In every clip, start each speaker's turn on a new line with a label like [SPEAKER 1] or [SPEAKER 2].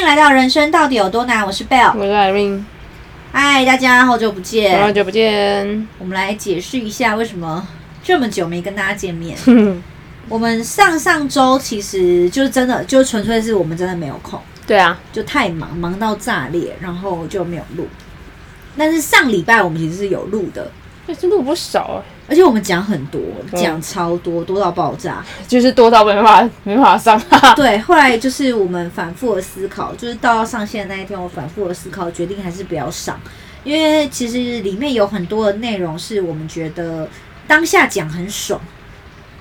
[SPEAKER 1] 迎来到人生到底有多难？我是 Bell，
[SPEAKER 2] 我是 Irene，
[SPEAKER 1] 嗨，大家好久不
[SPEAKER 2] 好
[SPEAKER 1] 见。
[SPEAKER 2] 久 不见。
[SPEAKER 1] 我们来解释一下为什么这么久没跟大家见面。 我们上上周其实就是真的，就纯粹是我们真的没有空，
[SPEAKER 2] 对啊，
[SPEAKER 1] 就太忙，忙到炸裂，然后就没有录。但是上礼拜我们其实是有录哎的，
[SPEAKER 2] 但是录不少、
[SPEAKER 1] 而且我们讲很多，
[SPEAKER 2] 嗯
[SPEAKER 1] 讲超多，多到爆炸。
[SPEAKER 2] 就是多到没法没法上。啊
[SPEAKER 1] 对，后来就是我们反复的思考，就是到要上线的那一天，我反复的思考，决定还是不要上，因为其实里面有很多的内容是我们觉得当下讲很爽，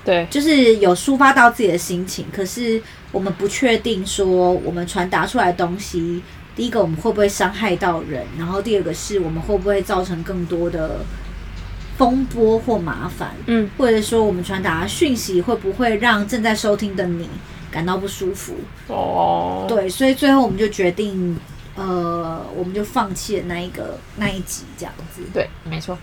[SPEAKER 2] 对，
[SPEAKER 1] 就是有抒发到自己的心情，可是我们不确定说我们传达出来的东西，第一个我们会不会伤害到人，然后第二个是我们会不会造成更多的风波或麻烦，
[SPEAKER 2] 嗯，
[SPEAKER 1] 或者说我们传达的讯息会不会让正在收听的你感到不舒服。
[SPEAKER 2] 哦，，
[SPEAKER 1] 对，所以最后我们就决定，呃，我们就放弃了那一个那一集这样子。
[SPEAKER 2] 对，没错。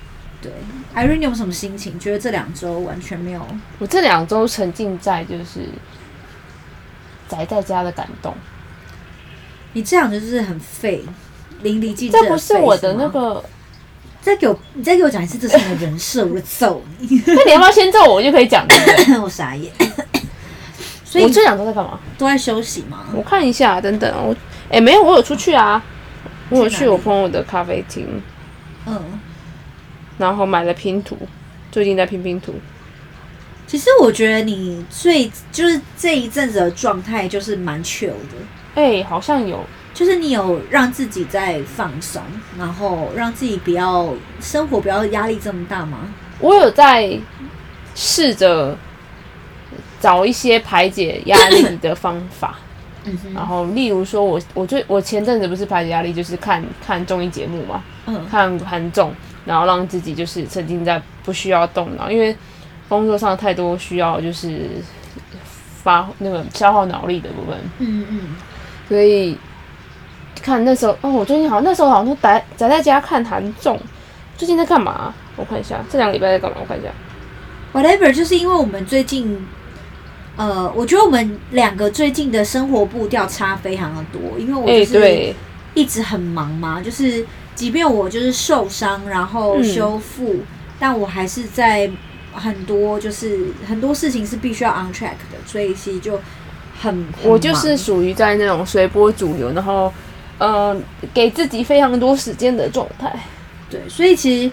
[SPEAKER 1] 对，Irene 你有什么心情？觉得这两周完全没有
[SPEAKER 2] 我这两周沉浸在就是宅在家的感动，
[SPEAKER 1] 你这样就是很废，淋漓尽致。
[SPEAKER 2] 这不是我的那，个。
[SPEAKER 1] 再给我你再给我讲一次，这是你的人设，我就揍 你！
[SPEAKER 2] 那你要不要先揍我，我就可以讲？对不对
[SPEAKER 1] 我傻眼。 所以
[SPEAKER 2] 我
[SPEAKER 1] 你
[SPEAKER 2] 这两周在干嘛？
[SPEAKER 1] 都在休息吗？
[SPEAKER 2] 我看一下，等等，我哎、没有，我有出去啊，我有
[SPEAKER 1] 去
[SPEAKER 2] 去
[SPEAKER 1] 哪里
[SPEAKER 2] 我朋友的咖啡厅，
[SPEAKER 1] 嗯，
[SPEAKER 2] 然后买了拼图，最近在拼拼图。
[SPEAKER 1] 其实我觉得你最就是这一阵子的状态就是蛮 chill 的。
[SPEAKER 2] 哎、好像有
[SPEAKER 1] 就是你有让自己在放松，然后让自己不要生活不要压力这么大吗？
[SPEAKER 2] 我有在试着找一些排解压力的方法，
[SPEAKER 1] 嗯哼，
[SPEAKER 2] 然后例如说我，我最我前阵子不是排解压力，就是看看综艺节目嘛，
[SPEAKER 1] 嗯
[SPEAKER 2] 看韩综，然后让自己就是沉浸在不需要动脑，因为工作上太多需要就是发那个消耗脑力的部分，
[SPEAKER 1] 嗯嗯，
[SPEAKER 2] 所以看那时候哦，我最近好像那时候好像都宅宅在家看韩综，最近在干嘛啊、我看一下，这两个礼拜在干嘛？我看一下，
[SPEAKER 1] whatever，就是因为我们最近，呃，我觉得我们两个最近的生活步调差非常的多，因为我
[SPEAKER 2] 哎、
[SPEAKER 1] 就是
[SPEAKER 2] 对。
[SPEAKER 1] 一直很忙嘛，就是即便我就是受伤然后
[SPEAKER 2] 嗯
[SPEAKER 1] 修复，但我还是在很多就是很多事情是必须要 on track 的，所以其实就很很
[SPEAKER 2] 我就是
[SPEAKER 1] 忙
[SPEAKER 2] 属于在那种随波逐流，然后呃，给自己非常多时间的状态。
[SPEAKER 1] 对，所以其实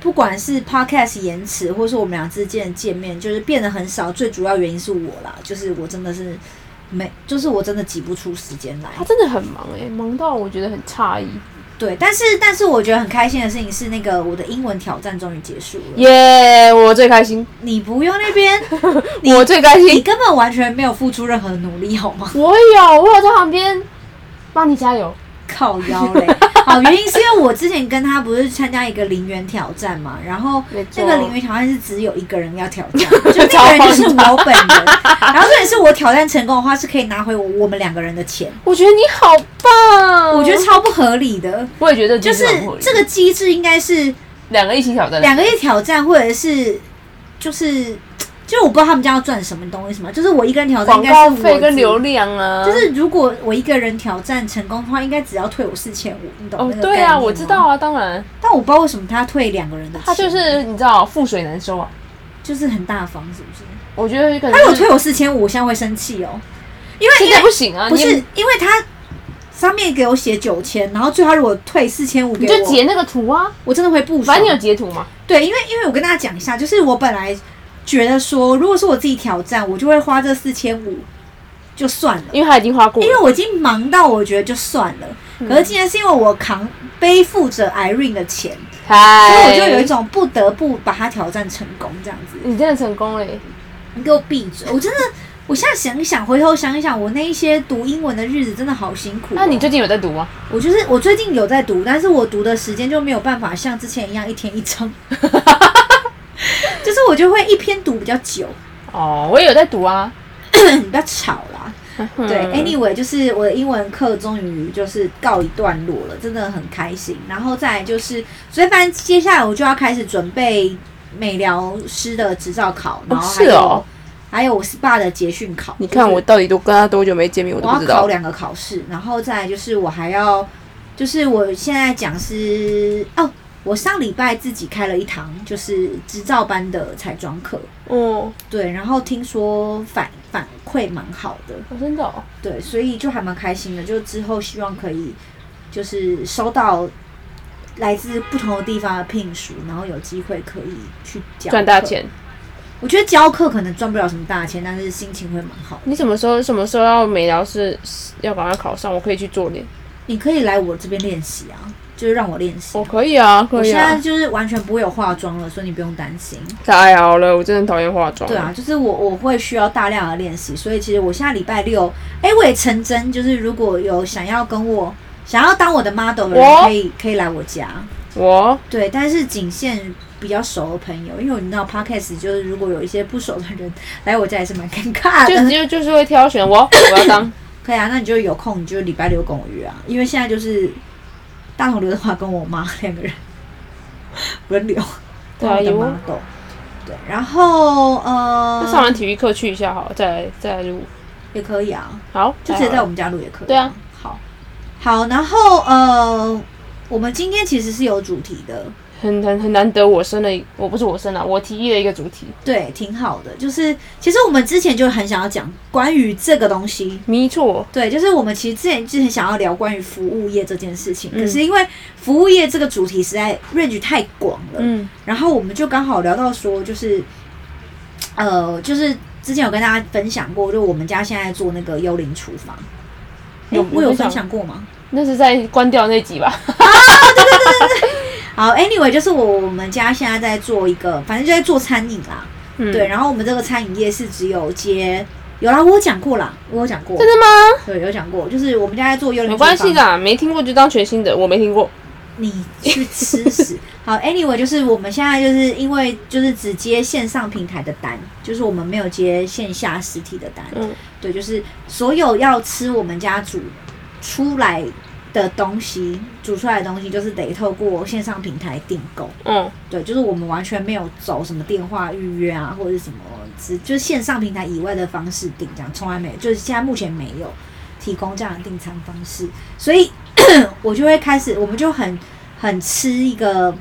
[SPEAKER 1] 不管是 podcast 延迟，或是我们俩之间的见面，就是变得很少。最主要原因是我啦，就是我真的是没，就是我真的挤不出时间来。
[SPEAKER 2] 他真的很忙哎、忙到我觉得很诧异。
[SPEAKER 1] 对，但是但是我觉得很开心的事情是，那个我的英文挑战终于结束了。
[SPEAKER 2] 耶、我最开心，
[SPEAKER 1] 你不用那边，你
[SPEAKER 2] 我最开
[SPEAKER 1] 你
[SPEAKER 2] 心，
[SPEAKER 1] 根本完全没有付出任何努力，好吗？
[SPEAKER 2] 我有，我有在旁边帮你加油。
[SPEAKER 1] 靠腰 嘞。好，原因是因为我之前跟他不是参加一个零元挑战嘛，然后
[SPEAKER 2] 没错
[SPEAKER 1] 那个零元挑战是只有一个人要挑 战，就那个人就是我本人。然后这也是我挑战成功的话，是可以拿回我我们两个人的钱，
[SPEAKER 2] 我觉得你好棒，
[SPEAKER 1] 我觉得超不合理的。
[SPEAKER 2] 我也觉得
[SPEAKER 1] 就
[SPEAKER 2] 哦这
[SPEAKER 1] 是
[SPEAKER 2] 真的很合理
[SPEAKER 1] 这个机制应该是
[SPEAKER 2] 两个一起挑战，
[SPEAKER 1] 两个一挑战，或者是就是就是我不知道他们家要赚什么东西什么，就是我一个人挑战
[SPEAKER 2] 广
[SPEAKER 1] 应该
[SPEAKER 2] 告
[SPEAKER 1] 是我
[SPEAKER 2] 费跟
[SPEAKER 1] 自己
[SPEAKER 2] 流量啊，
[SPEAKER 1] 就是如果我一个人挑战成功的话，应该只要退我四千五，你懂
[SPEAKER 2] 哦
[SPEAKER 1] 那，个
[SPEAKER 2] 对
[SPEAKER 1] 概念
[SPEAKER 2] 啊，
[SPEAKER 1] 吗
[SPEAKER 2] 我知道啊，当然，
[SPEAKER 1] 但我不知道为什么他退两个人的钱，
[SPEAKER 2] 他就是你知道覆水难收啊。
[SPEAKER 1] 就是很大方，是不是？
[SPEAKER 2] 我觉得可能
[SPEAKER 1] 他如果退
[SPEAKER 2] 是
[SPEAKER 1] 我四千五，我现在会生气哦，因为
[SPEAKER 2] 现
[SPEAKER 1] 因
[SPEAKER 2] 在
[SPEAKER 1] 为
[SPEAKER 2] 不行啊，
[SPEAKER 1] 不
[SPEAKER 2] 你
[SPEAKER 1] 是因为他上面给我写九千，然后最后他如果退四千五给
[SPEAKER 2] 你
[SPEAKER 1] 我，
[SPEAKER 2] 就截那个图啊，
[SPEAKER 1] 我真的会不爽。
[SPEAKER 2] 反正你有截图嘛。
[SPEAKER 1] 对，因为因为我跟大家讲一下，就是我本来觉得说，如果是我自己挑战，我就会花这四千五就算了。
[SPEAKER 2] 因为他已经花过了
[SPEAKER 1] 因为我已经忙到我觉得就算了，
[SPEAKER 2] 嗯
[SPEAKER 1] 可是竟然是因为我扛背负着 Irene 的钱，所以
[SPEAKER 2] 嗨，
[SPEAKER 1] 我就有一种不得不把它挑战成功这样子。
[SPEAKER 2] 你真的成功嘞！
[SPEAKER 1] 你给我闭嘴！我真的，我现在想一想，回头想一想，我那一些读英文的日子真的好辛苦哦、
[SPEAKER 2] 那你最近有在读吗？啊
[SPEAKER 1] 我就是我最近有在读，但是我读的时间就没有办法像之前一样一天一章， 就是我就会一篇读比较久。
[SPEAKER 2] 哦，我也有在读啊。嗯
[SPEAKER 1] 你不要吵啦。对，anyway，就是哎我的英文课终于就是告一段落了，真的很开心。然后再来就是，所以反正接下来我就要开始准备美疗师的执照考，然后还
[SPEAKER 2] 是
[SPEAKER 1] 有
[SPEAKER 2] 哦
[SPEAKER 1] 还有我 SPA 的捷训考。
[SPEAKER 2] 你看
[SPEAKER 1] 就
[SPEAKER 2] 我
[SPEAKER 1] 是
[SPEAKER 2] 到底都跟他多久没见面，我都
[SPEAKER 1] 我
[SPEAKER 2] 不
[SPEAKER 1] 要
[SPEAKER 2] 知
[SPEAKER 1] 考
[SPEAKER 2] 道。
[SPEAKER 1] 两个考试，然后再来就是我还要，就是我现在讲是哦，我上礼拜自己开了一堂就是执照班的彩妆课，
[SPEAKER 2] 哦，
[SPEAKER 1] 对，然后听说反反馈蛮好的，
[SPEAKER 2] 我真的、哦，
[SPEAKER 1] 对，所以就还蛮开心的。就之后希望可以就是收到来自不同的地方的聘书，然后有机会可以去教
[SPEAKER 2] 赚大
[SPEAKER 1] 课。
[SPEAKER 2] 钱。
[SPEAKER 1] 我觉得教课可能赚不了什么大钱，但是心情会蛮好的。
[SPEAKER 2] 你什么时候什么时候要美疗师是要赶快考上？我可以去做脸，
[SPEAKER 1] 你可以来我这边练习啊，就是让我练习
[SPEAKER 2] 我。可以啊，可
[SPEAKER 1] 我
[SPEAKER 2] 以
[SPEAKER 1] 现在
[SPEAKER 2] 啊，
[SPEAKER 1] 就是完全不会有化妆了，所以你不用担心。
[SPEAKER 2] 太好了，我真的很讨厌化妆。
[SPEAKER 1] 对啊，，就是我我会需要大量的练习，所以其实我下礼拜六，哎，我也成真，就是如果有想要跟我想要当我的 model 的人，
[SPEAKER 2] 我
[SPEAKER 1] 可以可以来我家。
[SPEAKER 2] 我
[SPEAKER 1] 对，但是仅限比较熟的朋友，因为我知道 podcast 就是如果有一些不熟的人来我啊家也是蛮尴尬
[SPEAKER 2] 就
[SPEAKER 1] 的。
[SPEAKER 2] 就就是会挑选我，我要当。
[SPEAKER 1] 可以啊，那你就有空你就礼拜六跟我约啊，因为现在就是大头刘德华跟我妈两个人 轮流当啊我
[SPEAKER 2] 哎
[SPEAKER 1] 的
[SPEAKER 2] 呦
[SPEAKER 1] model。对，然后
[SPEAKER 2] 那上
[SPEAKER 1] 呃
[SPEAKER 2] 完体育课去一下好了，再来再来录。
[SPEAKER 1] 也可以啊，
[SPEAKER 2] 好，
[SPEAKER 1] 就直接在我们家录也可以。
[SPEAKER 2] 对啊，
[SPEAKER 1] 好，好，然后呃，我们今天其实是有主题的，
[SPEAKER 2] 很很很难得，我生了一，我不是我生了，我提议了一个主题
[SPEAKER 1] 对，挺好的。就是其实我们之前就很想要讲关于这个东西，
[SPEAKER 2] 迷错，
[SPEAKER 1] 对，就是我们其实之前就很想要聊关于服务业这件事情，
[SPEAKER 2] 嗯
[SPEAKER 1] 可是因为服务业这个主题实在 range 太广了，
[SPEAKER 2] 嗯，
[SPEAKER 1] 然后我们就刚好聊到说，就是呃，就是之前有跟大家分享过，就我们家现在做那个幽灵厨房。诶
[SPEAKER 2] 有
[SPEAKER 1] 我有
[SPEAKER 2] 有分
[SPEAKER 1] 分
[SPEAKER 2] 享
[SPEAKER 1] 享过吗？
[SPEAKER 2] 那是在关掉那集吧？
[SPEAKER 1] 好，anyway，就是我我们家现在在做一个，反正就在做餐饮啦。
[SPEAKER 2] 嗯，
[SPEAKER 1] 对，，然后我们这个餐饮业是只有接，有啦，我有讲过啦，我有讲过，
[SPEAKER 2] 真的吗？
[SPEAKER 1] 对，有讲过，就是我们家在做幽灵，
[SPEAKER 2] 嗯没关系，的，没听过就当全新的，我没听过。
[SPEAKER 1] 你去吃屎。好，anyway，就是我们现在就是因为就是只接线上平台的单，就是我们没有接线下实体的单，
[SPEAKER 2] 嗯，
[SPEAKER 1] 对，就是所有要吃我们家煮出来的东西，煮出来的东西就是得透过线上平台订购。
[SPEAKER 2] 嗯，
[SPEAKER 1] 对，就是我们完全没有走什么电话预约啊，或者是什么只就是线上平台以外的方式订，这样从来没有，就是现在目前没有提供这样的订餐方式，所以 我就会开始，我们就很很吃一个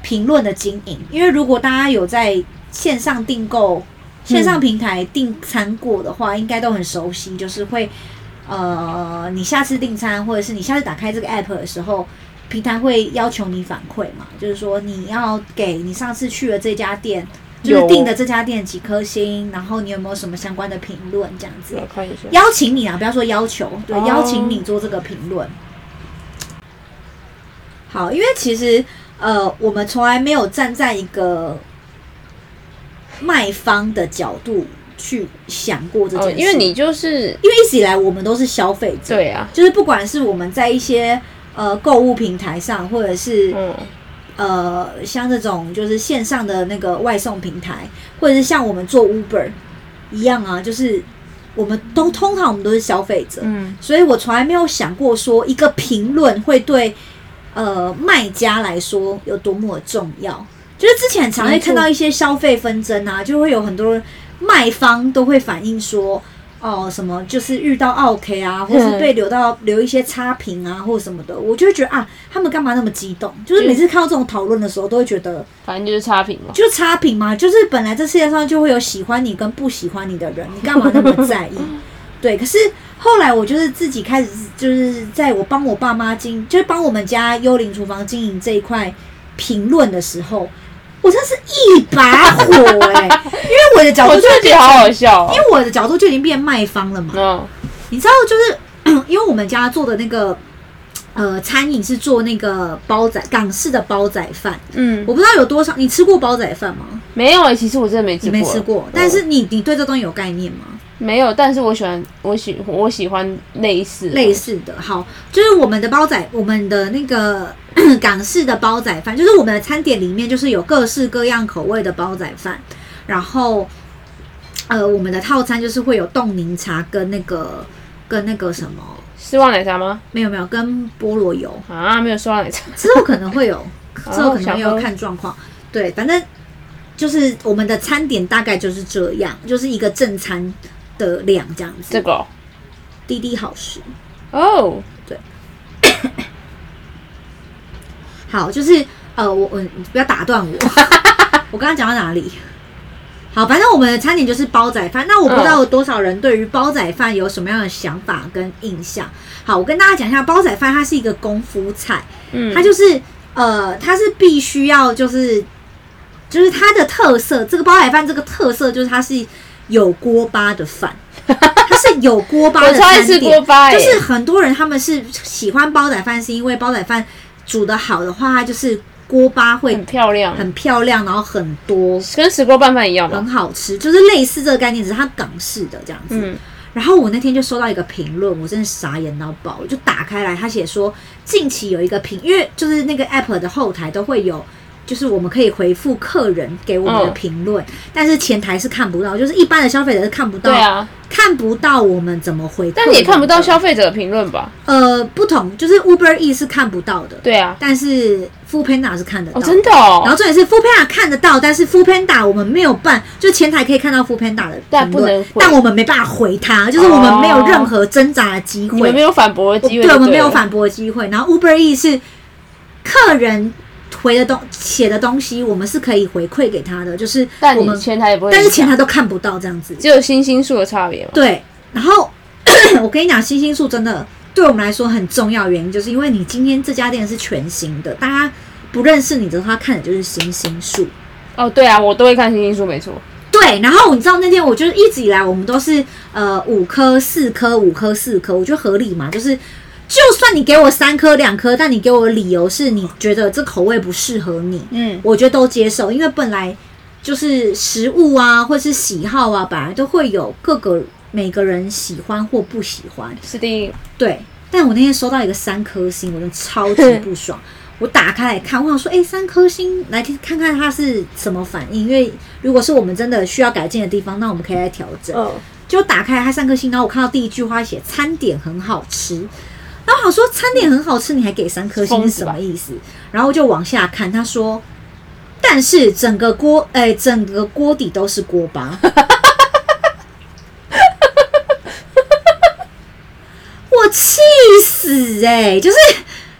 [SPEAKER 1] 评论的经营，因为如果大家有在线上订购、线上平台订餐过的话，应该都很熟悉，就是会呃，你下次订餐或者是你下次打开这个 app 的时候，平台会要求你反馈嘛，就是说你要给你上次去了这家店，就是
[SPEAKER 2] 有
[SPEAKER 1] 订的这家店几颗星，然后你有没有什么相关的评论这样子。
[SPEAKER 2] 我看一下。
[SPEAKER 1] 邀请你啊，不要说要求，对，
[SPEAKER 2] 哦
[SPEAKER 1] 邀请你做这个评论。好，因为其实呃，我们从来没有站在一个卖方的角度去想过这件
[SPEAKER 2] 哦，
[SPEAKER 1] 事，
[SPEAKER 2] 因为你就是
[SPEAKER 1] 因为一直以来我们都是消费者，，
[SPEAKER 2] 对啊，
[SPEAKER 1] 就是不管是我们在一些呃购物平台上，或者是
[SPEAKER 2] 嗯，
[SPEAKER 1] 呃，像这种就是线上的那个外送平台，或者是像我们做 Uber 一样啊，就是我们都通常我们都是消费者，
[SPEAKER 2] 嗯，
[SPEAKER 1] 所以我从来没有想过说一个评论会对呃卖家来说有多么重要。就是之前常会看到一些消费纷争啊，就会有很多人卖方都会反映说，哦，什么就是遇到 OK 啊，或是
[SPEAKER 2] 嗯
[SPEAKER 1] 被留到留一些差评啊，或什么的，我就会觉得啊，他们干嘛那么激动？就是每次看到这种讨论的时候，都会觉得
[SPEAKER 2] 反正就是差评嘛。
[SPEAKER 1] 就差评嘛，就是本来这世界上就会有喜欢你跟不喜欢你的人，你干嘛那么在意？对，可是后来我就是自己开始，就是在我帮我爸妈经，就是帮我们家幽灵厨房经营这一块评论的时候，我真是一把火哎、因为我的角
[SPEAKER 2] 我
[SPEAKER 1] 度就
[SPEAKER 2] 真的觉得好好笑哦
[SPEAKER 1] 因。为我的角度就已经变卖方 了嘛，
[SPEAKER 2] 嗯，
[SPEAKER 1] 你知道，就是 因为我们家做的那个呃餐饮是做那个煲仔港式的煲仔饭，
[SPEAKER 2] 嗯，
[SPEAKER 1] 我不知道有多少，你吃过煲仔饭吗？
[SPEAKER 2] 没有哎、其实我真的没吃
[SPEAKER 1] 你
[SPEAKER 2] 过，
[SPEAKER 1] 没吃过
[SPEAKER 2] 嗯，
[SPEAKER 1] 但是你你对这东西有概念吗？
[SPEAKER 2] 没有，但是我喜欢，我喜我喜欢类似的
[SPEAKER 1] 类似的，好，就是我们的煲仔，我们的那个 港式的煲仔饭，就是我们的餐点里面就是有各式各样口味的煲仔饭，然后呃，我们的套餐就是会有冻柠茶跟那个跟那个什么，
[SPEAKER 2] 丝袜奶茶吗？
[SPEAKER 1] 没有没有，跟菠萝油
[SPEAKER 2] 啊，没有丝袜奶茶。
[SPEAKER 1] 之后可能会有，之后可能
[SPEAKER 2] 哦想
[SPEAKER 1] 会有
[SPEAKER 2] 喝
[SPEAKER 1] 看状况，对，反正就是我们的餐点大概就是这样，就是一个正餐的量这样子。
[SPEAKER 2] 这个哦
[SPEAKER 1] 滴滴好食，
[SPEAKER 2] 哦，
[SPEAKER 1] 好，就是呃，我我你不要打断我， 我刚刚讲到哪里？好，反正我们的餐点就是煲仔饭。那我不知道有多少人对于煲仔饭有什么样的想法跟印象。好，我跟大家讲一下，煲仔饭它是一个功夫菜，
[SPEAKER 2] 嗯，
[SPEAKER 1] 它就是呃，它是必须要就是就是它的特色，这个煲仔饭这个特色就是它是有锅巴的 饭，它是有锅巴
[SPEAKER 2] 我
[SPEAKER 1] 的
[SPEAKER 2] 超爱
[SPEAKER 1] 餐
[SPEAKER 2] 吃
[SPEAKER 1] 点，
[SPEAKER 2] 锅巴耶，
[SPEAKER 1] 就是很多人他们是喜欢煲仔饭，是因为煲仔饭煮的好的话，它就是锅巴会
[SPEAKER 2] 很漂亮，
[SPEAKER 1] 很漂亮，然后很多，
[SPEAKER 2] 跟石锅拌饭一样
[SPEAKER 1] 很
[SPEAKER 2] 嘛。
[SPEAKER 1] 好吃，就是类似这个概念，只是它港式的这样子。
[SPEAKER 2] 嗯，
[SPEAKER 1] 然后我那天就收到一个评论，我真的傻眼到爆，我就打开来，他写说近期有一个评，因为就是那个 app 的后台都会有。就是我们可以回复客人给我们的
[SPEAKER 2] 嗯
[SPEAKER 1] 评论，但是前台是看不到，就是一般的消费者是看不到，
[SPEAKER 2] 对啊，
[SPEAKER 1] 看不到我们怎么回。
[SPEAKER 2] 但你也看不到
[SPEAKER 1] 消。
[SPEAKER 2] 消费者的评论吧？
[SPEAKER 1] 呃，不同，就是 Uber E 是看不到的，
[SPEAKER 2] 对啊，
[SPEAKER 1] 但是 f o o Panda 是看得到
[SPEAKER 2] 哦，
[SPEAKER 1] 的。
[SPEAKER 2] 真的
[SPEAKER 1] 然
[SPEAKER 2] 哦，
[SPEAKER 1] 后重点是 f o o Panda 看得到，但是 f o o Panda 我们没有办，就前台可以看到 f o o Panda 的
[SPEAKER 2] 但
[SPEAKER 1] 评
[SPEAKER 2] 啊不
[SPEAKER 1] 论
[SPEAKER 2] 能回
[SPEAKER 1] 但我们没办法回他，就是我们没有任何挣扎的机
[SPEAKER 2] 你
[SPEAKER 1] 会，
[SPEAKER 2] 们没有反驳的
[SPEAKER 1] 我
[SPEAKER 2] 机会，
[SPEAKER 1] 对我们没有，反驳的机会。然后 Uber E 是客人回的东写的东西，我们是可以回馈给他的，就是
[SPEAKER 2] 但
[SPEAKER 1] 我
[SPEAKER 2] 你
[SPEAKER 1] 们，
[SPEAKER 2] 前台也不会，
[SPEAKER 1] 但是前台都看不到这样子。
[SPEAKER 2] 只有星星数的差别嘛。
[SPEAKER 1] 对，然后 我跟你讲，星星数真的对我们来说很重要，原因就是因为你今天这家店是全新的，大家不认识你的话，看的就是星星数。
[SPEAKER 2] 哦，对啊，我都会看星星数，没错。
[SPEAKER 1] 对，然后你知道那天我就是一直以来我们都是呃五颗四颗五颗四颗，我觉得合理嘛，就是就算你给我三颗两颗，但你给我的理由是你觉得这口味不适合你，
[SPEAKER 2] 嗯，
[SPEAKER 1] 我觉得都接受，因为本来就是食物啊，或是喜好啊，本来都会有各个每个人喜欢或不喜欢。
[SPEAKER 2] 是的，
[SPEAKER 1] 对，但我那天收到一个三颗星，我真的超级不爽。我打开来看，我想说，哎、三颗星，来听看看它是什么反应。因为如果是我们真的需要改进的地方，那我们可以来调整。
[SPEAKER 2] 嗯，
[SPEAKER 1] 就打开它三颗星，然后我看到第一句话写餐点很好吃，然后我想说餐点很好吃，你还给三颗星
[SPEAKER 2] 疯
[SPEAKER 1] 是
[SPEAKER 2] 子
[SPEAKER 1] 什
[SPEAKER 2] 吧
[SPEAKER 1] 么意思？然后就往下看，他说，但是整个锅，哎、整个锅底都是锅巴。 我气死哎、就是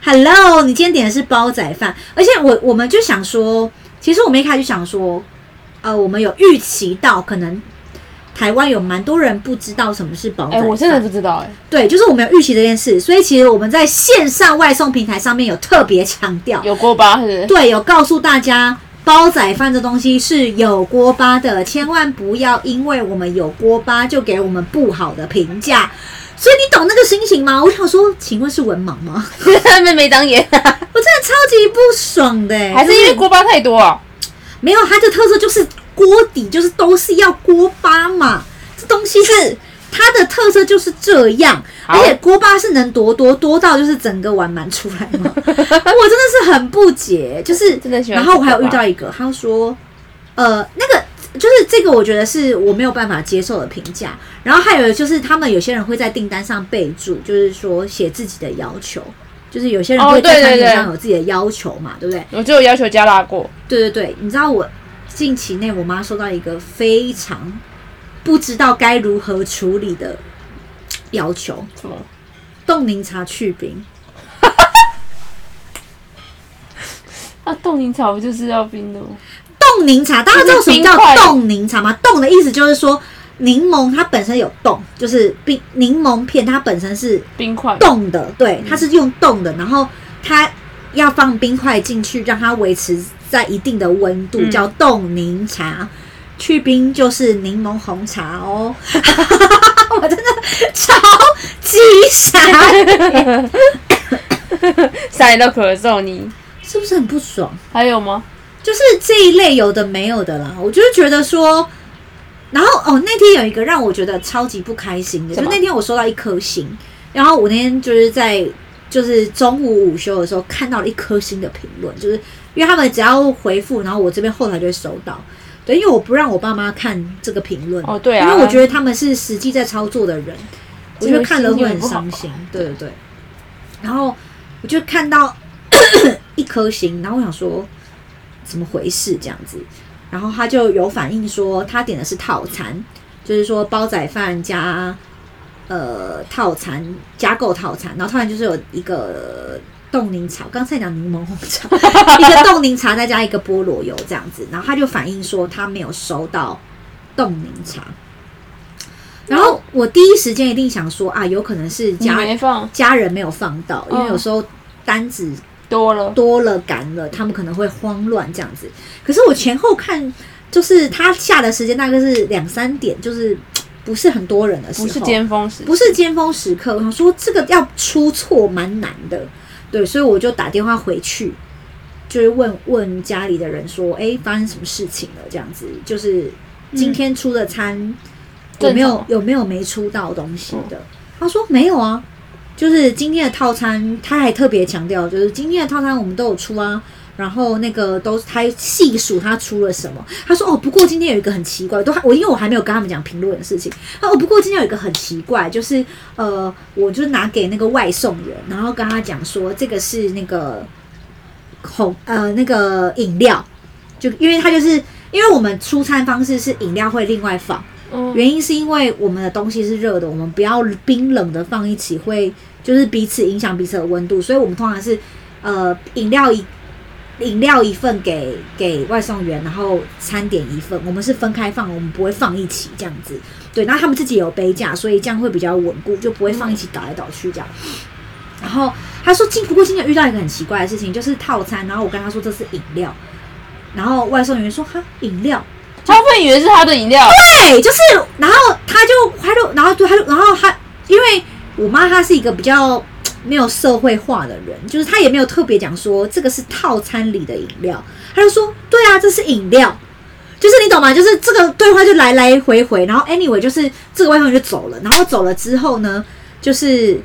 [SPEAKER 1] Hello，你今天点的是煲仔饭，而且我我们就想说，其实我们一开始就想说，呃，我们有预期到可能台湾有蛮多人不知道什么是煲仔
[SPEAKER 2] 哎，
[SPEAKER 1] 饭，
[SPEAKER 2] 我真的不知道哎。
[SPEAKER 1] 对，就是我们有预期这件事，所以其实我们在线上外送平台上面有特别强调，
[SPEAKER 2] 有锅巴是不是？
[SPEAKER 1] 对，有告诉大家。煲仔饭这东西是有锅巴的，千万不要因为我们有锅巴就给我们不好的评价。所以你懂那个心情吗？我想说，请问是文盲吗？
[SPEAKER 2] 妹妹当眼，
[SPEAKER 1] 我真的超级不爽的、欸，
[SPEAKER 2] 还是因
[SPEAKER 1] 就
[SPEAKER 2] 为锅巴太多啊？
[SPEAKER 1] 没有它的特色就是锅底就是都是要锅巴嘛，这东西是它的特色就是这样，
[SPEAKER 2] 好
[SPEAKER 1] 而且锅巴是能多多多到就是整个碗满出来 吗？我真的是很不解，就是
[SPEAKER 2] 真的喜欢
[SPEAKER 1] 然
[SPEAKER 2] 吃
[SPEAKER 1] 后我还有
[SPEAKER 2] 锅
[SPEAKER 1] 遇
[SPEAKER 2] 巴
[SPEAKER 1] 到一个，他说，呃，那个就是这个，我觉得是我没有办法接受的评价。然后还有就是，他们有些人会在订单上备注，就是说写自己的要求，就是有些人
[SPEAKER 2] 哦
[SPEAKER 1] 会在
[SPEAKER 2] 对对
[SPEAKER 1] 餐点
[SPEAKER 2] 对
[SPEAKER 1] 上有自己的要求嘛，对不对？
[SPEAKER 2] 我就有要求加辣过，
[SPEAKER 1] 对对对，你知道我近期内我妈收到一个非常不知道该如何处理的要求，
[SPEAKER 2] 什么？
[SPEAKER 1] 冻柠茶去冰。
[SPEAKER 2] 那啊冻柠茶不就是要冰的吗？
[SPEAKER 1] 冻柠茶，大家知道什么
[SPEAKER 2] 就是冰块
[SPEAKER 1] 叫冻柠茶吗？冻的意思就是说，柠檬它本身有冻，就是冰柠檬片它本身是
[SPEAKER 2] 冰块，
[SPEAKER 1] 冻的，对，它是用冻的，然后它要放冰块进去，让它维持在一定的温度，
[SPEAKER 2] 嗯
[SPEAKER 1] 叫冻柠茶。去冰就是柠檬红茶哦， 我真的超级傻，
[SPEAKER 2] 塞到咳嗽你。
[SPEAKER 1] 是不是很不爽？
[SPEAKER 2] 还有吗？
[SPEAKER 1] 就是这一类有的没有的啦。我就是觉得说，然后哦，那天有一个让我觉得超级不开心的，
[SPEAKER 2] 什
[SPEAKER 1] 就
[SPEAKER 2] 么
[SPEAKER 1] 那天我收到一颗星，然后我那天就是在就是中午午休的时候看到了一颗星的评论，就是因为他们只要回复，然后我这边后台就会收到。对，因为我不让我爸妈看这个评论
[SPEAKER 2] 哦对啊
[SPEAKER 1] 因为我觉得他们是实际在操作的人，我觉得看了会很伤心。对对对，然后我就 看到一颗星，然后我想说怎么回事这样子，然后他就有反映说，他点的是套餐，就是说煲仔饭加呃套餐加购套餐，然后套餐就是有一个冻柠茶，刚才讲柠檬红茶，一个冻柠茶再加一个菠萝油这样子，然后他就反映说他没有收到冻柠茶。然后我第一时间一定想说啊，有可能是
[SPEAKER 2] 你
[SPEAKER 1] 家
[SPEAKER 2] 没放
[SPEAKER 1] 家人没有放到，因为有时候单子
[SPEAKER 2] 多了，
[SPEAKER 1] 多了赶了，他们可能会慌乱这样子。可是我前后看，就是他下的时间大概是两三点，就是嘖不是很多人的时候，
[SPEAKER 2] 不是尖峰时，
[SPEAKER 1] 不是尖峰时刻。我想说这个要出错蛮难的，对，所以我就打电话回去，就是问问家里的人说，哎、发生什么事情了？这样子，就是今
[SPEAKER 2] 嗯
[SPEAKER 1] 天出的餐、有没
[SPEAKER 2] 正
[SPEAKER 1] 有
[SPEAKER 2] 常
[SPEAKER 1] 有没有没出到东西的？他说没有啊，就是今天的套餐，他还特别强调，就是今天的套餐我们都有出啊。然后那个都，他细数他出了什么。他说哦，不过今天有一个很奇怪，都还我因为我还没有跟他们讲评论的事情。他说哦，不过今天有一个很奇怪，就是呃，我就拿给那个外送员，然后跟他讲说这个是那个红呃那个饮料，就因为他就是因为我们出餐方式是饮料会另外放，
[SPEAKER 2] 嗯，
[SPEAKER 1] 原因是因为我们的东西是热的，我们不要冰冷的放一起，会就是彼此影响彼此的温度，所以我们通常是呃饮料一饮料一份给给外送员，然后餐点一份，我们是分开放，我们不会放一起这样子。对，然后他们自己有杯架，所以这样会比较稳固，就不会放一起倒来倒去这样。然后他说今不过今天遇到一个很奇怪的事情，就是套餐，然后我跟他说这是饮料，然后外送员说哈饮料。
[SPEAKER 2] 他会以为是他的 饮料，
[SPEAKER 1] 对，就是，然后他就，他就，然后对，他就，然后他，因为我妈她是一个比较嗯没有社会化的人，就是她也没有特别讲说这个是套餐里的饮料，她就说，对啊，这是饮料，就是你懂吗？就是这个对话就来来回回，然后 anyway 就是这个外送员就走了，然后走了之后呢，就是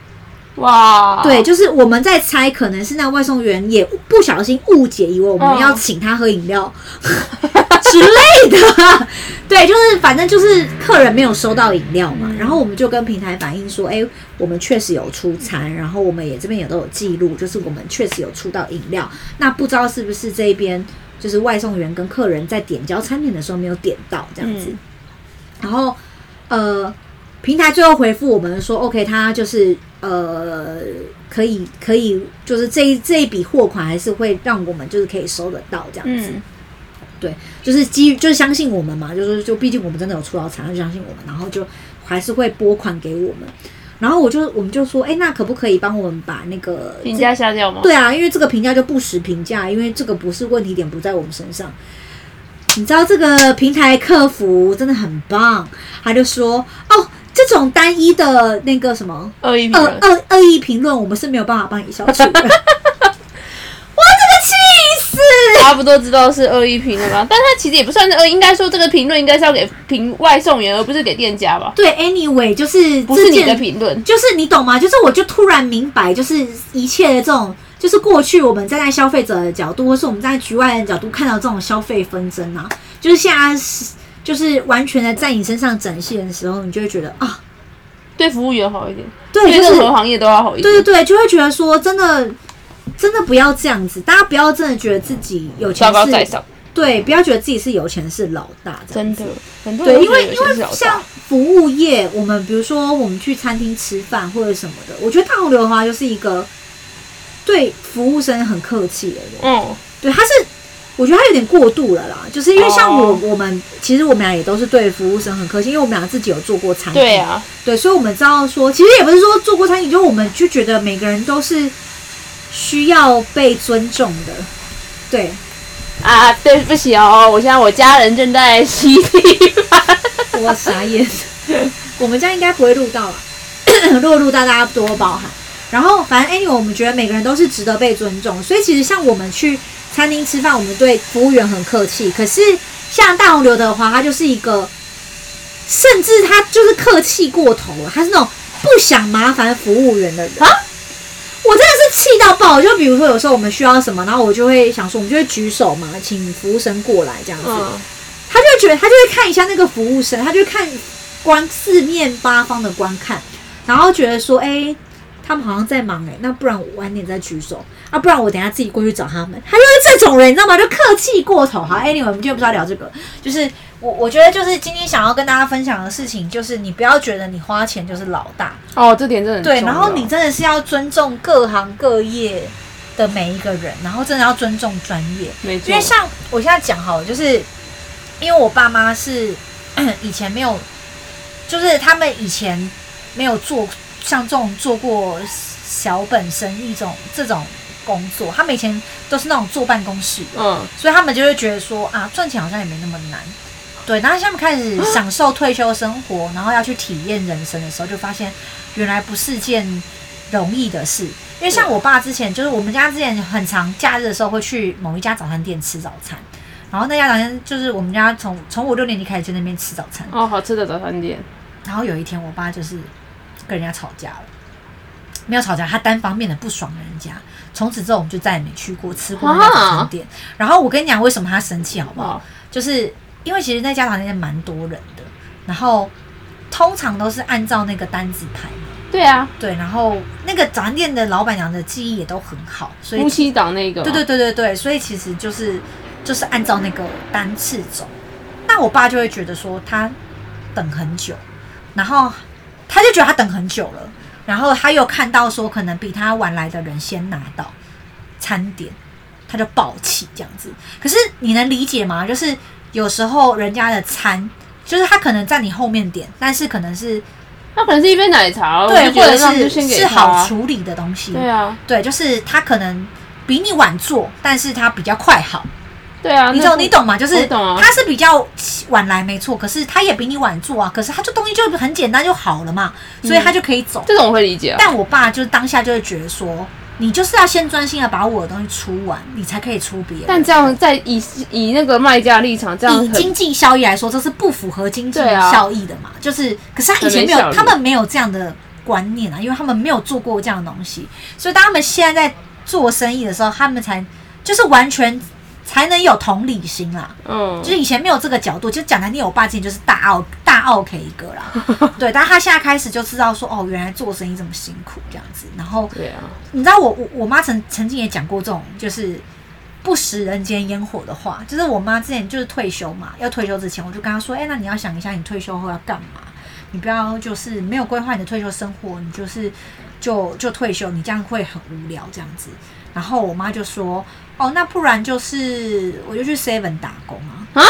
[SPEAKER 2] 哇，
[SPEAKER 1] 对，，就是我们在猜，可能是那外送员也不小心误解，以为我们
[SPEAKER 2] 嗯
[SPEAKER 1] 要请他喝饮料、之类的。 对，就是反正就是客人没有收到饮料嘛，
[SPEAKER 2] 嗯
[SPEAKER 1] 然后我们就跟平台反映说，哎、我们确实有出餐，然后我们也这边也都有记录，就是我们确实有出到饮料。那不知道是不是这边就是外送员跟客人在点交餐点的时候没有点到这样子，
[SPEAKER 2] 嗯
[SPEAKER 1] 然后呃，平台最后回复我们说，OK，他就是呃，可以可以，就是这一这一笔货款还是会让我们就是可以收得到这样子，
[SPEAKER 2] 嗯，
[SPEAKER 1] 就是基于就是相信我们嘛，就是就毕竟我们真的有出到产，他就相信我们，然后就还是会拨款给我们。然后我就我们就说，哎，那可不可以帮我们把那个
[SPEAKER 2] 评价下掉吗？
[SPEAKER 1] 对啊，因为这个评价就不实评价，因为这个不是问题点不在我们身上。你知道这个平台客服真的很棒，他就说哦，这种单一的那个什么
[SPEAKER 2] 恶意评
[SPEAKER 1] 恶
[SPEAKER 2] 论，
[SPEAKER 1] 恶恶意评论，我们是没有办法帮你消除的。我真 的气死！
[SPEAKER 2] 差不多知道是恶意评论 吧，但他其实也不算是恶意，应该说这个评论应该是要给评外送员，而不是给店家吧？
[SPEAKER 1] 对，anyway，就是
[SPEAKER 2] 不是
[SPEAKER 1] 这
[SPEAKER 2] 你的
[SPEAKER 1] 件，
[SPEAKER 2] 评论，
[SPEAKER 1] 就是你懂吗？就是我就突然明白，就是一切的这种。就是过去我们站在消费者的角度，或是我们站在局外人的角度看到这种消费纷争啊，就是现在是就是完全的在你身上展现的时候，你就会觉得啊，
[SPEAKER 2] 对服务员好一点，
[SPEAKER 1] 对，
[SPEAKER 2] 对
[SPEAKER 1] 就
[SPEAKER 2] 任
[SPEAKER 1] 是
[SPEAKER 2] 何行业都要好一点。
[SPEAKER 1] 对对对，就会觉得说真的，真的不要这样子，大家不要真的觉得自己有钱
[SPEAKER 2] 高高在
[SPEAKER 1] 是，
[SPEAKER 2] 上，
[SPEAKER 1] 对，不要觉得自己是有钱是老大这样
[SPEAKER 2] 真
[SPEAKER 1] 子
[SPEAKER 2] 的，很多人
[SPEAKER 1] 对，
[SPEAKER 2] 都
[SPEAKER 1] 因
[SPEAKER 2] 觉得
[SPEAKER 1] 为
[SPEAKER 2] 有
[SPEAKER 1] 因
[SPEAKER 2] 些是
[SPEAKER 1] 为
[SPEAKER 2] 老
[SPEAKER 1] 像
[SPEAKER 2] 大，
[SPEAKER 1] 服务业，我们比如说我们去餐厅吃饭或者什么的，我觉得大红刘德华就是一个对服务生很客气的人。
[SPEAKER 2] 嗯，
[SPEAKER 1] 对，他是我觉得他有点过度了啦，就是因为像我、
[SPEAKER 2] 哦
[SPEAKER 1] 我们其实我们俩也都是对服务生很客气，因为我们俩自己有做过餐饮，
[SPEAKER 2] 对啊，
[SPEAKER 1] 对，所以我们知道说，其实也不是说做过餐饮，就是我们就觉得每个人都是需要被尊重的，对，
[SPEAKER 2] 啊，对不起哦，我现在我家人正在吸地板，
[SPEAKER 1] 我傻眼。我们这样应该不会录到了， 如果录到大家多包涵。然后反正 anyway，我们觉得每个人都是值得被尊重，所以其实像我们去餐厅吃饭，我们对服务员很客气。可是像大红刘德华，他就是一个，甚至他就是客气过头了，他是那种不想麻烦服务员的人啊。我真的是气到爆！就比如说，有时候我们需要什么，然后我就会想说，我们就会举手嘛，请服务生过来这样子。
[SPEAKER 2] 嗯，
[SPEAKER 1] 他就会觉得，他就会看一下那个服务生，他就会看观四面八方的观看，然后觉得说，哎、他们好像在忙哎、那不然我晚点再举手啊，不然我等一下自己过去找他们。他就是这种人，你知道吗？就客气过头。
[SPEAKER 2] 嗯
[SPEAKER 1] 好，anyway，我们今天不是要聊这个，就是我我觉得就是今天想要跟大家分享的事情，就是你不要觉得你花钱就是老大，
[SPEAKER 2] 哦，这点真的很
[SPEAKER 1] 对，
[SPEAKER 2] 重要
[SPEAKER 1] 然后你真的是要尊重各行各业的每一个人，然后真的要尊重专业。
[SPEAKER 2] 没错
[SPEAKER 1] 因为，像我现在讲好了，就是因为我爸妈是 以前没有，就是他们以前没有做像这种做过小本生意这种这种工作，他们以前都是那种坐办公室的，
[SPEAKER 2] 嗯，
[SPEAKER 1] 所以他们就会觉得说啊，赚钱好像也没那么难。对，然后他们开始享受退休生活，然后要去体验人生的时候，就发现原来不是件容易的事。因为像我爸之前，就是我们家之前很常假日的时候会去某一家早餐店吃早餐，然后那家早餐就是我们家从从我六年级开始就在那边吃早餐，
[SPEAKER 2] 哦，好吃的早餐店，
[SPEAKER 1] 然后有一天我爸就是跟人家吵架了，没有吵架，他单方面的不爽人家，从此之后我们就再也没去过吃过那家早餐店。然后我跟你讲为什么他生气好不好？
[SPEAKER 2] 哇，
[SPEAKER 1] 就是因为其实那家早餐店蛮多人的，然后通常都是按照那个单子排嘛，
[SPEAKER 2] 对啊，
[SPEAKER 1] 对，然后那个早餐店的老板娘的记忆也都很好，所以
[SPEAKER 2] 夫妻档那个，
[SPEAKER 1] 对对，对对对，所以其实就是就是按照那个单次走。那我爸就会觉得说他等很久，然后他就觉得他等很久了，然后他又看到说可能比他晚来的人先拿到餐点，他就暴气这样子。可是你能理解吗？就是有时候人家的餐，就是他可能在你后面点，但是可能是
[SPEAKER 2] 那可能是一杯奶茶，
[SPEAKER 1] 对，
[SPEAKER 2] 哦我就
[SPEAKER 1] 或
[SPEAKER 2] 觉得
[SPEAKER 1] 者
[SPEAKER 2] 那我们就是先给
[SPEAKER 1] 是
[SPEAKER 2] 他啊
[SPEAKER 1] 好，处理的东西。
[SPEAKER 2] 对啊，
[SPEAKER 1] 对，就是他可能比你晚做，但是他比较快好，
[SPEAKER 2] 对啊，
[SPEAKER 1] 你
[SPEAKER 2] 那
[SPEAKER 1] 懂你懂吗？就是
[SPEAKER 2] 我懂啊
[SPEAKER 1] 他是比较晚来没错，可是他也比你晚做啊，可是他这东西就很简单就好了嘛，
[SPEAKER 2] 嗯
[SPEAKER 1] 所以他就可以走。
[SPEAKER 2] 这种我会理解啊，
[SPEAKER 1] 但我爸就是当下就会觉得说，你就是要先专心的把我的东西出完，你才可以出别人。
[SPEAKER 2] 但这样在以以那个卖家立场，这样
[SPEAKER 1] 以
[SPEAKER 2] 很
[SPEAKER 1] 经济效益来说，这是不符合经济
[SPEAKER 2] 对啊
[SPEAKER 1] 效益的嘛？就是，可是他以前没
[SPEAKER 2] 很没效
[SPEAKER 1] 有，
[SPEAKER 2] 率
[SPEAKER 1] 他们没有这样的观念啊，因为他们没有做过这样的东西，所以当他们现在在做生意的时候，他们才就是完全才能有同理心啦。
[SPEAKER 2] 嗯
[SPEAKER 1] 就，是以前没有这个角度，就讲难听，我爸今天就是大奥大奥 K 一个啦， 对，但他现在开始就知道说，哦，原来做生意这么辛苦这样子，然后
[SPEAKER 2] 对啊，
[SPEAKER 1] 你知道我我我妈曾曾经也讲过这种就是不食人间烟火的话，就是我妈之前就是退休嘛，要退休之前我就跟她说，哎、那你要想一下你退休后要干嘛，你不要就是没有规划你的退休生活，你就是就就退休，你这样会很无聊这样子。然后我妈就说，哦，那不然就是我就去 Seven 打工啊，
[SPEAKER 2] 啊，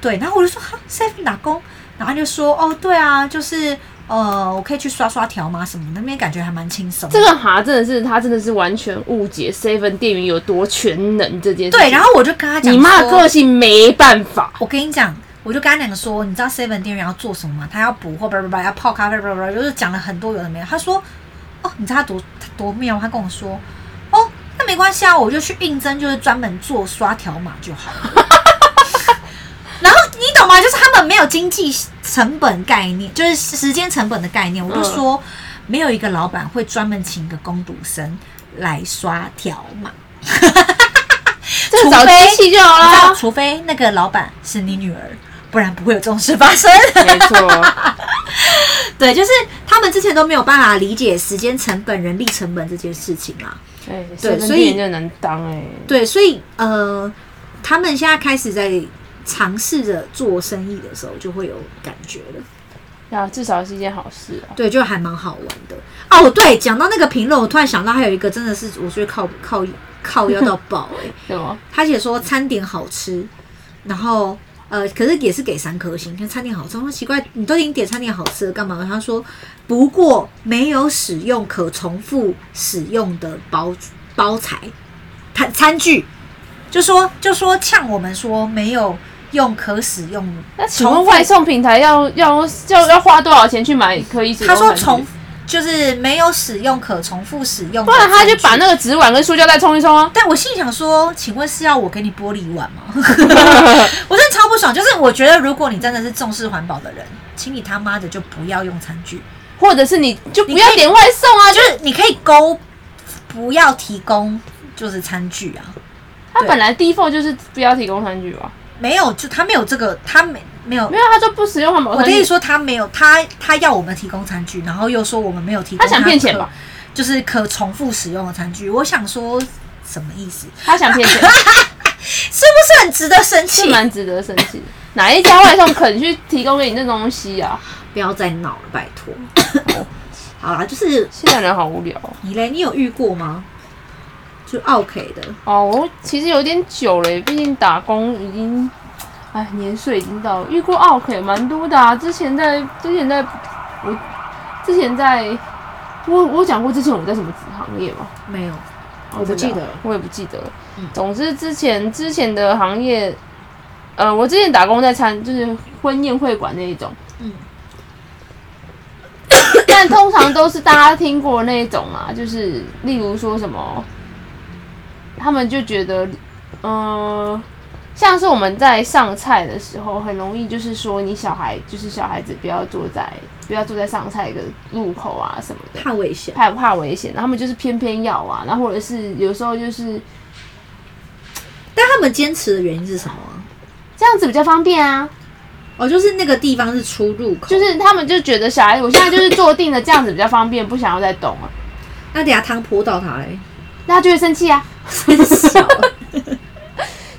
[SPEAKER 1] 对，然后我就说哈 Seven 打工，然后她就说，哦，对啊，就是。呃，我可以去刷刷条吗？什么的那边感觉还蛮轻松的。
[SPEAKER 2] 这个哈真的是他真的是完全误解 seven 店员有多全能这件事情。
[SPEAKER 1] 对，然后我就跟他讲，
[SPEAKER 2] 你妈的个，性没办法，
[SPEAKER 1] 我跟你讲，我就跟他讲说，你知道 Seven 店员要做什么吗？他要补货，叭叭叭，要泡咖啡，叭叭叭，就是讲了很多有的没有。他说，哦，你知道他多他多妙，他跟我说，哦，那没关系啊，我就去应征，就是专门做刷条码就好了。然后你懂吗？就是他们没有经济成本概念，就是时间成本的概念。我就说，没有一个老板会专门请一个工读生来刷条码。
[SPEAKER 2] 这个找
[SPEAKER 1] 除非
[SPEAKER 2] 机器就好
[SPEAKER 1] 你知道，
[SPEAKER 2] 啦。
[SPEAKER 1] 除非那个老板是你女儿，不然不会有这种事发生。
[SPEAKER 2] 没错，
[SPEAKER 1] 对，就是他们之前都没有办法理解时间成本、人力成本这件事情啊。
[SPEAKER 2] 哎，
[SPEAKER 1] 对
[SPEAKER 2] seven
[SPEAKER 1] 所以
[SPEAKER 2] 店员真的能当哎，
[SPEAKER 1] 对，所以呃，他们现在开始在尝试着做生意的时候，就会有感觉了。
[SPEAKER 2] 啊，至少是一件好事啊。
[SPEAKER 1] 对，就还蛮好玩的。哦，对，讲到那个评论，我突然想到还有一个真的是我觉得靠靠靠要到爆哎、
[SPEAKER 2] 对啊吗？
[SPEAKER 1] 他写说餐点好吃，然后呃，可是也是给三颗星。看餐点好吃，我说奇怪，你都已经点餐点好吃了，干嘛？他说不过没有使用可重复使用的包包材餐餐具，就说就说呛我们说没有用可使用。
[SPEAKER 2] 那请问外送平台要要要要花多少钱去买可以使
[SPEAKER 1] 他
[SPEAKER 2] 用的
[SPEAKER 1] 说
[SPEAKER 2] 餐具？
[SPEAKER 1] 重就是没有使用可重复使用，
[SPEAKER 2] 不然他就把。那个纸碗跟塑胶袋冲一冲啊。
[SPEAKER 1] 但我心里想说，请问是要我给你玻璃碗吗？ 我真的超不爽。就是我觉得，如果你真的是重视环保的人，请你他妈的就不要用餐具，
[SPEAKER 2] 或者是你就不
[SPEAKER 1] 你
[SPEAKER 2] 要
[SPEAKER 1] 可以
[SPEAKER 2] 点外送啊，就
[SPEAKER 1] 就是你可以勾，不要提供就是餐具啊。
[SPEAKER 2] 他
[SPEAKER 1] 对
[SPEAKER 2] 本来 default 就是不要提供餐具吧？
[SPEAKER 1] 没有，就他没有这个，他没没有
[SPEAKER 2] 没。有，他就不使用环保
[SPEAKER 1] 我
[SPEAKER 2] 餐
[SPEAKER 1] 的意
[SPEAKER 2] 具
[SPEAKER 1] 思。说，他没有，他他要我们提供餐具，然后又说我们没有提供。
[SPEAKER 2] 他想骗钱吧？
[SPEAKER 1] 就是可重复使用的餐具。我想说什么意思？
[SPEAKER 2] 他想 骗钱，
[SPEAKER 1] 是不是很值得生
[SPEAKER 2] 是
[SPEAKER 1] 气？
[SPEAKER 2] 蛮值得生气。哪一家外送肯去提供给你这东西啊？
[SPEAKER 1] 不要再闹了，拜托。 好啦，就是
[SPEAKER 2] 现在人好无聊哦
[SPEAKER 1] 你嘞，你有遇过吗？就 OK 的，
[SPEAKER 2] 哦。我其实有点久了耶，毕竟打工已经，哎，年岁已经到了。遇过 OK 蛮多的啊，之前在之前在我之前在我我讲过之前我在什么子行业吗？
[SPEAKER 1] 没有，
[SPEAKER 2] 哦
[SPEAKER 1] 我不
[SPEAKER 2] 真
[SPEAKER 1] 记
[SPEAKER 2] 的
[SPEAKER 1] 得
[SPEAKER 2] 啊
[SPEAKER 1] 了
[SPEAKER 2] 我也不记得了
[SPEAKER 1] 嗯。
[SPEAKER 2] 总之之前之前的行业，呃，我之前打工在餐就是婚宴会馆那一种，
[SPEAKER 1] 嗯，
[SPEAKER 2] 但通常都是大家听过那一种啊，就是例如说什么，他们就觉得，嗯、像是我们在上菜的时候，很容易就是说你小孩就是小孩子不要坐在不要坐在上菜的路口啊什么的，
[SPEAKER 1] 怕危险。
[SPEAKER 2] 怕不怕危险，然后他们就是偏偏要啊，然后或者是有时候就是。
[SPEAKER 1] 但他们坚持的原因是什么啊、
[SPEAKER 2] 这样子比较方便啊。
[SPEAKER 1] 哦，就是那个地方是出入口，
[SPEAKER 2] 就是他们就觉得小孩，我现在就是坐定了，这样子比较方便，不想要再动了，
[SPEAKER 1] 那等下汤泼到他嘞，
[SPEAKER 2] 那他就会生气啊。
[SPEAKER 1] 真小。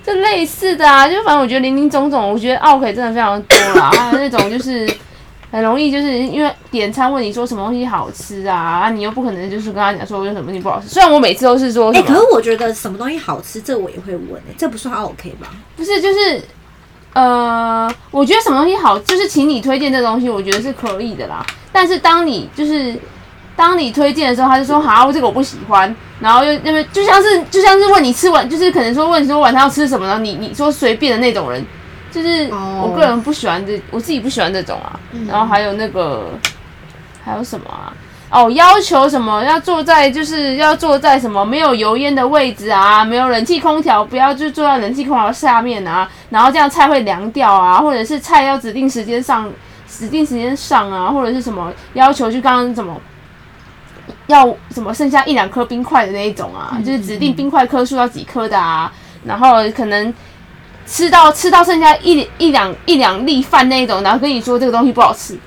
[SPEAKER 2] 就类似的啊，就反正我觉得林林总总，我觉得 OK 真的非常多啦。还有那种就是很容易，就是因为点餐问你说什么东西好吃啊，啊你又不可能就是跟他讲说有什么东西不好吃。虽然我每次都是说
[SPEAKER 1] 哎、
[SPEAKER 2] 什么，
[SPEAKER 1] 可是我觉得什么东西好吃，这我也会问、欸，这不算 OK 吧？
[SPEAKER 2] 不是就是呃，我觉得什么东西好，就是请你推荐这东西，我觉得是可以的啦。但是当你就是当你推荐的时候，他就说好，这个我不喜欢，然后又那边就像是就像是问你吃晚，就是可能说问你说晚上要吃什么，然后你你说随便的那种人，就是
[SPEAKER 1] 哦
[SPEAKER 2] 我个人不喜欢这，我自己不喜欢这种啊。然后还有那个还有什么啊？哦，要求什么要坐在就是要坐在什么没有油烟的位置啊，没有冷气空调，不要就坐在冷气空调下面啊，然后这样菜会凉掉啊，或者是菜要指定时间上，指定时间上啊，或者是什么要求就刚刚什么。要什么剩下一两颗冰块的那一种啊，就是指定冰块颗数要几颗的啊，然后可能吃到吃到剩下一一两一两粒饭那一种，然后跟你说这个东西不好吃，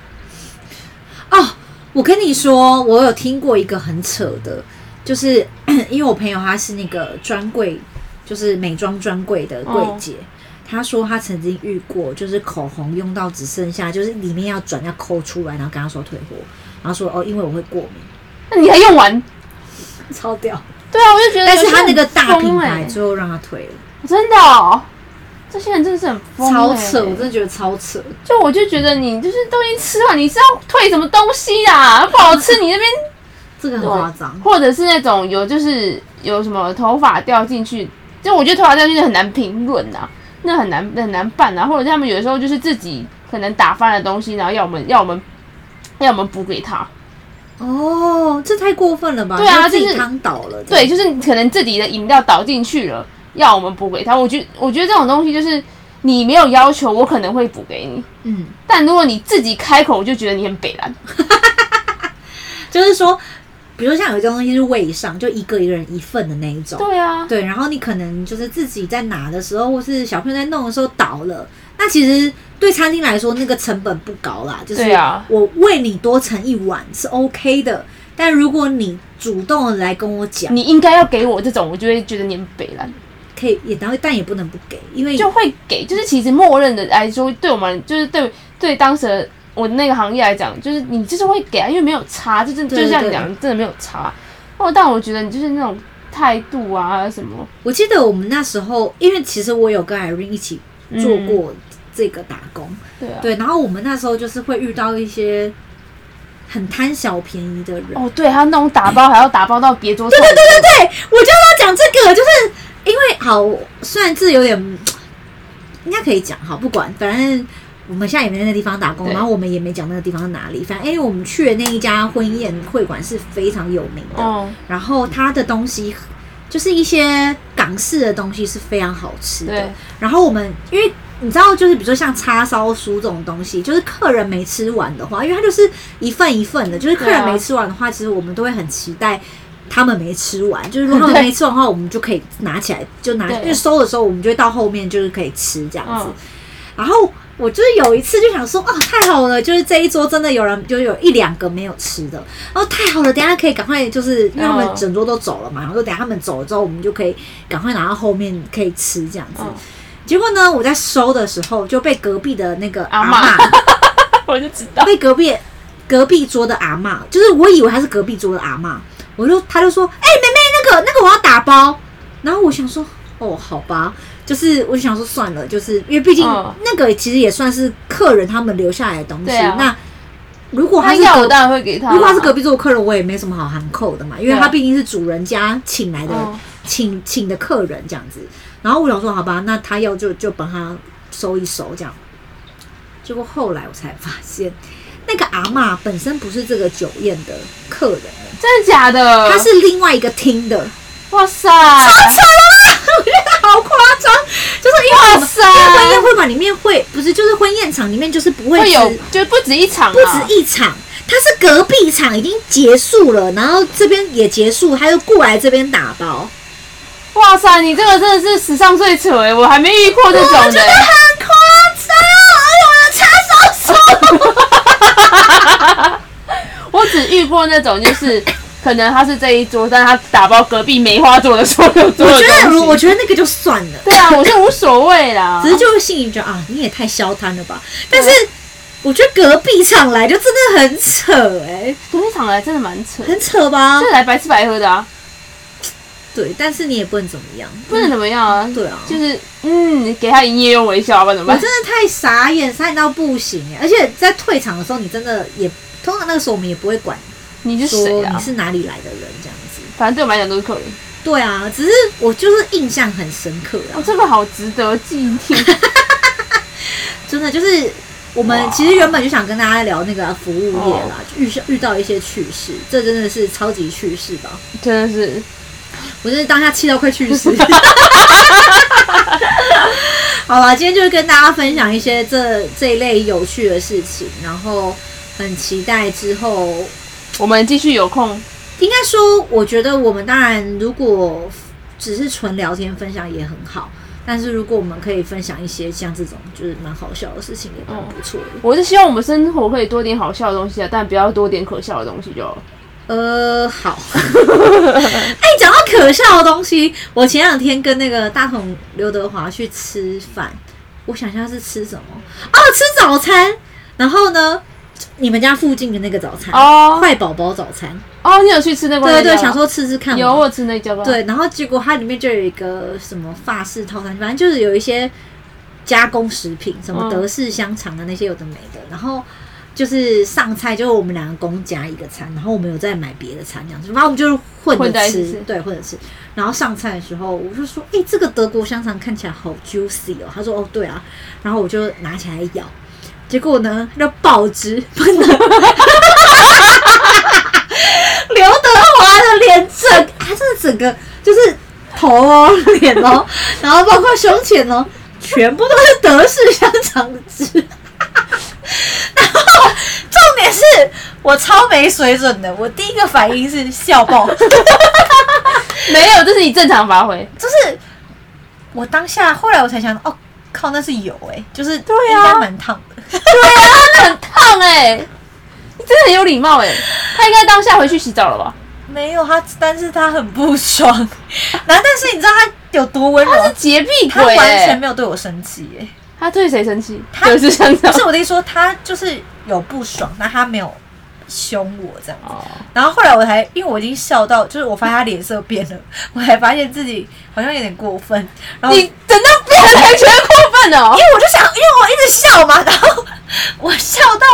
[SPEAKER 1] 哦，我跟你说，我有听过一个很扯的，就是 因为我朋友她是那个专柜，就是美妆专柜的柜姐。
[SPEAKER 2] 哦
[SPEAKER 1] 她说她曾经遇过，就是口红用到只剩下，就是里面要转要抠出来，然后跟她说退货，然后说哦，因为我会过敏，
[SPEAKER 2] 那你还用完？
[SPEAKER 1] 超 屌。
[SPEAKER 2] 对啊，我就觉得、
[SPEAKER 1] 但是她那个大品
[SPEAKER 2] 疯
[SPEAKER 1] 牌
[SPEAKER 2] 欸
[SPEAKER 1] 最后让她退了，
[SPEAKER 2] 真的、哦，这些人真的是很疯、欸，
[SPEAKER 1] 超扯，我真的觉得超扯。
[SPEAKER 2] 就我就觉得你就是都已经吃完，你是要退什么东西啦？不好吃，你那边
[SPEAKER 1] 这个很夸张，
[SPEAKER 2] 或者是那种有就是有什么头发掉进去，就我觉得头发掉进去很难评论呐，那很难很难办啊。或者是他们有的时候就是自己可能打翻的东西，然后要我们要我们要我们补给他。
[SPEAKER 1] 哦，这太过分了吧？
[SPEAKER 2] 对啊
[SPEAKER 1] 就自
[SPEAKER 2] 就
[SPEAKER 1] 己
[SPEAKER 2] 是
[SPEAKER 1] 汤倒了，
[SPEAKER 2] 对，，就是可能自己的饮料倒进去了，要我们补给他。我觉我觉得这种东西就是你没有要求，我可能会补给你。
[SPEAKER 1] 嗯，
[SPEAKER 2] 但如果你自己开口，我就觉得你很北蓝。
[SPEAKER 1] 就是说，比如像有一种东西是位上，就一个一个人一份的那一种，
[SPEAKER 2] 对啊，
[SPEAKER 1] 对，然后你可能就是自己在拿的时候，或是小朋友在弄的时候倒了，那其实对餐厅来说那个成本不高啦，就是
[SPEAKER 2] 对啊
[SPEAKER 1] 我为你多盛一碗是 OK 的，但如果你主动的来跟我讲，
[SPEAKER 2] 你应该要给我这种，我就会觉得你很北蓝，
[SPEAKER 1] 可以也然后但也不能不给，因为
[SPEAKER 2] 就会给。就是其实默认的来说，对我们就是对对当时的我那个行业来讲，就是你就是会给啊，因为没有差，就是
[SPEAKER 1] 对对
[SPEAKER 2] 就像你
[SPEAKER 1] 对
[SPEAKER 2] 讲的，真的没有差。哦，但我觉得你就是那种态度啊什么，
[SPEAKER 1] 我记得我们那时候，因为其实我有跟 Irene 一起做
[SPEAKER 2] 嗯
[SPEAKER 1] 过这个打工，
[SPEAKER 2] 对啊，
[SPEAKER 1] 对，然后我们那时候就是会遇到一些很贪小便宜的人，
[SPEAKER 2] 哦对，还有那种打包还要打包到别桌上，对对对
[SPEAKER 1] 对，我就要讲这个，就是因为好，虽然这有点嗯应该可以讲，好，不管，反正我们现在也没在那个地方打工，
[SPEAKER 2] 对
[SPEAKER 1] 然后我们也没讲那个地方是哪里，反正因为哎我们去的那一家婚宴会馆是非常有名的，
[SPEAKER 2] 嗯，
[SPEAKER 1] 然后它的东西就是一些港式的东西是非常好吃的
[SPEAKER 2] 对，
[SPEAKER 1] 然后我们因为。你知道，就是比如说像叉烧酥这种东西，就是客人没吃完的话，因为它就是一份一份的，就是客人
[SPEAKER 2] 对啊
[SPEAKER 1] 没吃完的话，其实我们都会很期待他们没吃完。就是如果他们没吃完的话，我们就可以拿起来就拿，
[SPEAKER 2] 对
[SPEAKER 1] 因为收的时候我们就会到后面就是可以吃这样子
[SPEAKER 2] 嗯。
[SPEAKER 1] 然后我就是有一次就想说，哦，太好了，就是这一桌真的有人，就有
[SPEAKER 2] 哦
[SPEAKER 1] 一两个没有吃的，哦，太好了，等一下可以赶快，就是因为他们
[SPEAKER 2] 嗯
[SPEAKER 1] 整桌都走了嘛，然后就等一下他们走了之后，我们就可以赶快拿到后面可以吃这样子。
[SPEAKER 2] 嗯
[SPEAKER 1] 结果呢，我在收的时候就被隔壁的那个阿
[SPEAKER 2] 阿
[SPEAKER 1] 妈
[SPEAKER 2] 嬷， 我就知道，
[SPEAKER 1] 被隔壁隔壁桌的阿嬷，就是我以为她是隔壁桌的阿嬷，我就她就说：“哎、妹妹，那个那个我要打包。”然后我想说：“哦，好吧。”就是我就想说算了，就是因为毕竟
[SPEAKER 2] 嗯
[SPEAKER 1] 那个其实也算是客人他们留下来的东西。
[SPEAKER 2] 对啊
[SPEAKER 1] 那如果他
[SPEAKER 2] 他
[SPEAKER 1] 是
[SPEAKER 2] 要我
[SPEAKER 1] 隔
[SPEAKER 2] 当然会给他。
[SPEAKER 1] 如果他是隔壁桌的客人，我也没什么好含扣的嘛，因为
[SPEAKER 2] 对
[SPEAKER 1] 他毕竟是主人家请来的、
[SPEAKER 2] 哦
[SPEAKER 1] 请请的客人这样子。然后我想说，好吧，那他要就就帮他收一收这样。结果后来我才发现，那个阿嬷本身不是这个酒宴的客人，
[SPEAKER 2] 真的假的？
[SPEAKER 1] 她是另外一个厅的，
[SPEAKER 2] 哇塞，
[SPEAKER 1] 我觉得 好夸张，就是因为我
[SPEAKER 2] 哇
[SPEAKER 1] 们
[SPEAKER 2] 塞，
[SPEAKER 1] 因为啊婚宴会馆里面会不是就是婚宴场里面就是不会
[SPEAKER 2] 会有
[SPEAKER 1] 只
[SPEAKER 2] 就不止一场，啊
[SPEAKER 1] 不止
[SPEAKER 2] 一，
[SPEAKER 1] 一场，他是隔壁场已经结束了，然后这边也结束，他又过来这边打包，
[SPEAKER 2] 哇塞，你这个真的是史上最扯哎，我还没遇过这
[SPEAKER 1] 我
[SPEAKER 2] 种
[SPEAKER 1] 觉
[SPEAKER 2] 的
[SPEAKER 1] 得。很夸张，哎呦，我的插手手，
[SPEAKER 2] 我只遇过那种就是。 可能他是这一桌，但他打包隔壁梅花座的所有桌的
[SPEAKER 1] 我觉得如
[SPEAKER 2] 东
[SPEAKER 1] 我
[SPEAKER 2] 西。
[SPEAKER 1] 觉得那个就算了，
[SPEAKER 2] 对啊，我是无所谓 啦。
[SPEAKER 1] 只是就是心里觉得啊，你也太消摊了吧，但是。我觉得隔壁场来就真的很扯哎、
[SPEAKER 2] 隔壁场来真的蛮扯，
[SPEAKER 1] 很扯吧
[SPEAKER 2] 这？来白吃白喝的啊，
[SPEAKER 1] 对，但是你也不能怎么样，
[SPEAKER 2] 不能怎么样啊。
[SPEAKER 1] 对啊，
[SPEAKER 2] 就是嗯，给他营业用微笑吧，啊怎
[SPEAKER 1] 我
[SPEAKER 2] 么办
[SPEAKER 1] 真？的太傻眼，傻眼到不行哎、而且在退场的时候，你真的也通常那个时候我们也不会管
[SPEAKER 2] 你是谁
[SPEAKER 1] 说你
[SPEAKER 2] 啊？
[SPEAKER 1] 是哪里来的人这样子。
[SPEAKER 2] 反正对我们来讲都是客人。
[SPEAKER 1] 对啊，只是我就是印象很深刻啊
[SPEAKER 2] 哦，，这个好值得纪念。
[SPEAKER 1] 真的就是我们
[SPEAKER 2] 哇哦
[SPEAKER 1] 其实原本就想跟大家聊那个服务业啦，就遇上遇到一些趣事，这真的是超级趣事吧？
[SPEAKER 2] 真的是，
[SPEAKER 1] 我真的当下气到快去 死。好了，今天就是跟大家分享一些这这一类有趣的事情，然后很期待之后
[SPEAKER 2] 我们继续有空，
[SPEAKER 1] 应该说，我觉得我们当然如果只是纯聊天分享也很好，但是如果我们可以分享一些像这种就是蛮好笑的事情，也蛮不错的。
[SPEAKER 2] 我是希望我们生活可以多点好笑的东西啊，但不要多点可笑的东西就好了。
[SPEAKER 1] 呃， 好。哎、讲到可笑的东西，我前两天跟那个大同刘德华去吃饭，我想一下是吃什么？哦，吃早餐。然后呢，你们家附近的那个早餐，
[SPEAKER 2] 哦
[SPEAKER 1] 坏宝宝早餐。
[SPEAKER 2] 哦，你有去吃那
[SPEAKER 1] 对
[SPEAKER 2] 罐？
[SPEAKER 1] 对对，想说吃吃看嘛。
[SPEAKER 2] 有我有吃那家吧？，
[SPEAKER 1] 对，然后结果它里面就有一个什么法式套餐，反正就是有一些加工食品，什么
[SPEAKER 2] 嗯
[SPEAKER 1] 德式香肠啊那些有的没的，然后。就是上菜，就是我们两个公加一个餐，然后我们有再买别的餐这样子，反正我们就是混
[SPEAKER 2] 混
[SPEAKER 1] 着
[SPEAKER 2] 在一
[SPEAKER 1] 吃
[SPEAKER 2] 起吃，
[SPEAKER 1] 对，混着吃。然后上菜的时候，我就说：“哎、这个德国香肠看起来好 juicy 哦。”他说：“哦，对啊。”然后我就拿起来咬，结果呢，就爆汁，喷 的刘德华的脸整，他真的整个就是头哦、脸哦，然后包括胸前哦，全部都是德式香肠的汁。然后重点是我超没水准的，我第一个反应是笑爆，
[SPEAKER 2] 没有，这是你正常发挥。
[SPEAKER 1] 就是我当下后来我才想，哦靠，那是油哎、就是对
[SPEAKER 2] 啊
[SPEAKER 1] 应该蛮烫的。
[SPEAKER 2] 很烫哎、你真的很有礼貌哎、他应该当下回去洗澡了吧？
[SPEAKER 1] 没有他，但是他很不爽。 然后，但是你知道他有多温柔？
[SPEAKER 2] 他是洁癖
[SPEAKER 1] 他
[SPEAKER 2] 鬼、
[SPEAKER 1] 完全
[SPEAKER 2] 欸，
[SPEAKER 1] 没有对我生气耶、
[SPEAKER 2] 他对谁生气？
[SPEAKER 1] 他
[SPEAKER 2] 就是香
[SPEAKER 1] 不
[SPEAKER 2] 肠。
[SPEAKER 1] 是我的意思说，他就是有不爽，那他没有凶我这样。
[SPEAKER 2] 哦，
[SPEAKER 1] 然后后来我才，因为我已经笑到，就是我发现他脸色变了，我才发现自己好像有点过分。然后
[SPEAKER 2] 你等到变成全过分哦
[SPEAKER 1] 因。为我就想，因为我一直笑嘛，然后我笑到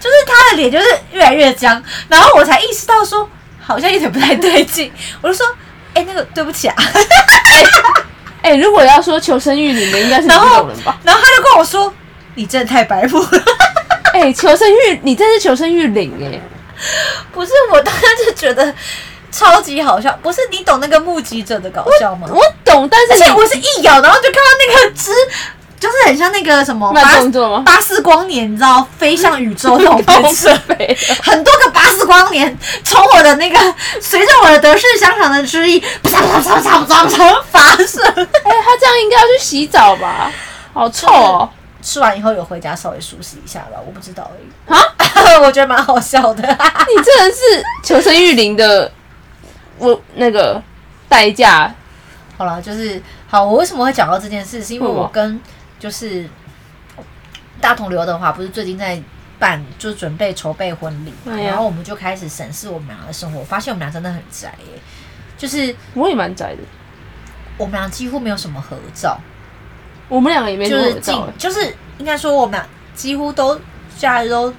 [SPEAKER 1] 就是他的脸就是越来越僵，然后我才意识到说好像有点不太对劲，我就说，哎、那个对不起啊，
[SPEAKER 2] 哎、如果要说求生欲里面，应该是你这种人吧？
[SPEAKER 1] 然后他就跟我说，你真的太白目了，
[SPEAKER 2] 哎、求生欲，你真是求生欲领哎、
[SPEAKER 1] 不是我当时就觉得超级好笑，不是你懂那个目击者的搞笑吗？
[SPEAKER 2] 我懂，但
[SPEAKER 1] 而
[SPEAKER 2] 是
[SPEAKER 1] 且
[SPEAKER 2] 你
[SPEAKER 1] 我是一咬，然后就看到那个汁。就是很像那个什么
[SPEAKER 2] 慢
[SPEAKER 1] 巴
[SPEAKER 2] 动作吗
[SPEAKER 1] 巴斯光年，你知道飞向宇宙那种喷射，
[SPEAKER 2] 飞。
[SPEAKER 1] 很多个巴斯光年从我的那个随着我的德式香肠的汁液，啪嚓啪嚓啪嚓啪嚓啪嚓发射。
[SPEAKER 2] 哎、他这样应该要去洗澡吧？好臭哦！
[SPEAKER 1] 吃完以后有回家稍微梳洗一下吧，我不知道而已。
[SPEAKER 2] 啊，
[SPEAKER 1] 我觉得蛮好笑的。
[SPEAKER 2] 你这人是求生欲灵的，我那个代价
[SPEAKER 1] 好了，就是好，我为什么会讲到这件事，是因为
[SPEAKER 2] 为什
[SPEAKER 1] 我
[SPEAKER 2] 么
[SPEAKER 1] 跟就是大同刘德华不是最近在办，就准备筹备婚礼嘛，
[SPEAKER 2] 哎呀
[SPEAKER 1] 然后我们就开始审视我们俩的生活，发现我们俩真的很宅耶、就是
[SPEAKER 2] 我也蛮宅的。
[SPEAKER 1] 我们俩几乎没有什么合照，
[SPEAKER 2] 我们两个也没
[SPEAKER 1] 就
[SPEAKER 2] 什么
[SPEAKER 1] 是
[SPEAKER 2] 合
[SPEAKER 1] 近
[SPEAKER 2] 照、欸，
[SPEAKER 1] 就是应该说我们俩几乎都假日都，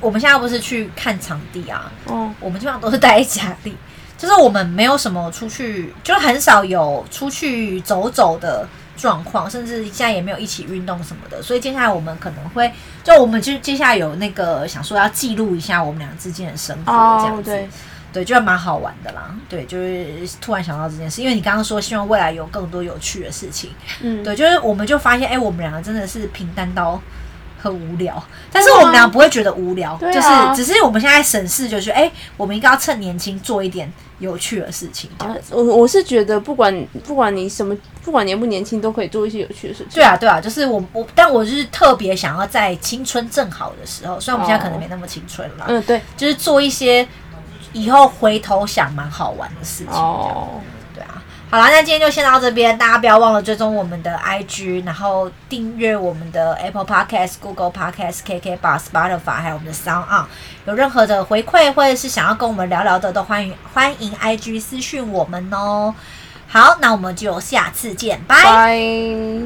[SPEAKER 1] 我们现在不是去看场地啊，
[SPEAKER 2] 哦，
[SPEAKER 1] 我们基本上都是待在家里，就是我们没有什么出去，就是很少有出去走走的状况，甚至现在也没有一起运动什么的，所以接下来我们可能会，就我们就接下来有那个想说要记录一下我们俩之间的生活这
[SPEAKER 2] 哦
[SPEAKER 1] 样，子，
[SPEAKER 2] 对，
[SPEAKER 1] 对，就还蛮好玩的啦，对，就是突然想到这件事，因为你刚刚说希望未来有更多有趣的事情，
[SPEAKER 2] 嗯，
[SPEAKER 1] 对，就是我们就发现，哎、我们两个真的是平淡到很无聊，但是我们俩不会觉得无聊，
[SPEAKER 2] 啊对
[SPEAKER 1] 就
[SPEAKER 2] 啊
[SPEAKER 1] 是只是我们现在审视，就是哎、我们应该要趁年轻做一点有趣的事情。
[SPEAKER 2] 啊我我是觉得不管不管你什么，不管年不年轻，都可以做一些有趣的事情。
[SPEAKER 1] 对啊，对啊，就是我我，但我就是特别想要在青春正好的时候，虽然我们现在可能没那么青春了，
[SPEAKER 2] 嗯，对，
[SPEAKER 1] 就是做一些以后回头想蛮好玩的事情。
[SPEAKER 2] 哦，
[SPEAKER 1] 对啊，好啦，那今天就先到这边，大家不要忘了追踪我们的 IG，然后订阅我们的 Apple Podcast、Google Podcast、KK Bar、Spotify，还有我们的 Sound On。有任何的回馈或者是想要跟我们聊聊的，都欢迎欢迎 IG 私讯我们哦。好，那我们就下次见，拜。
[SPEAKER 2] 拜。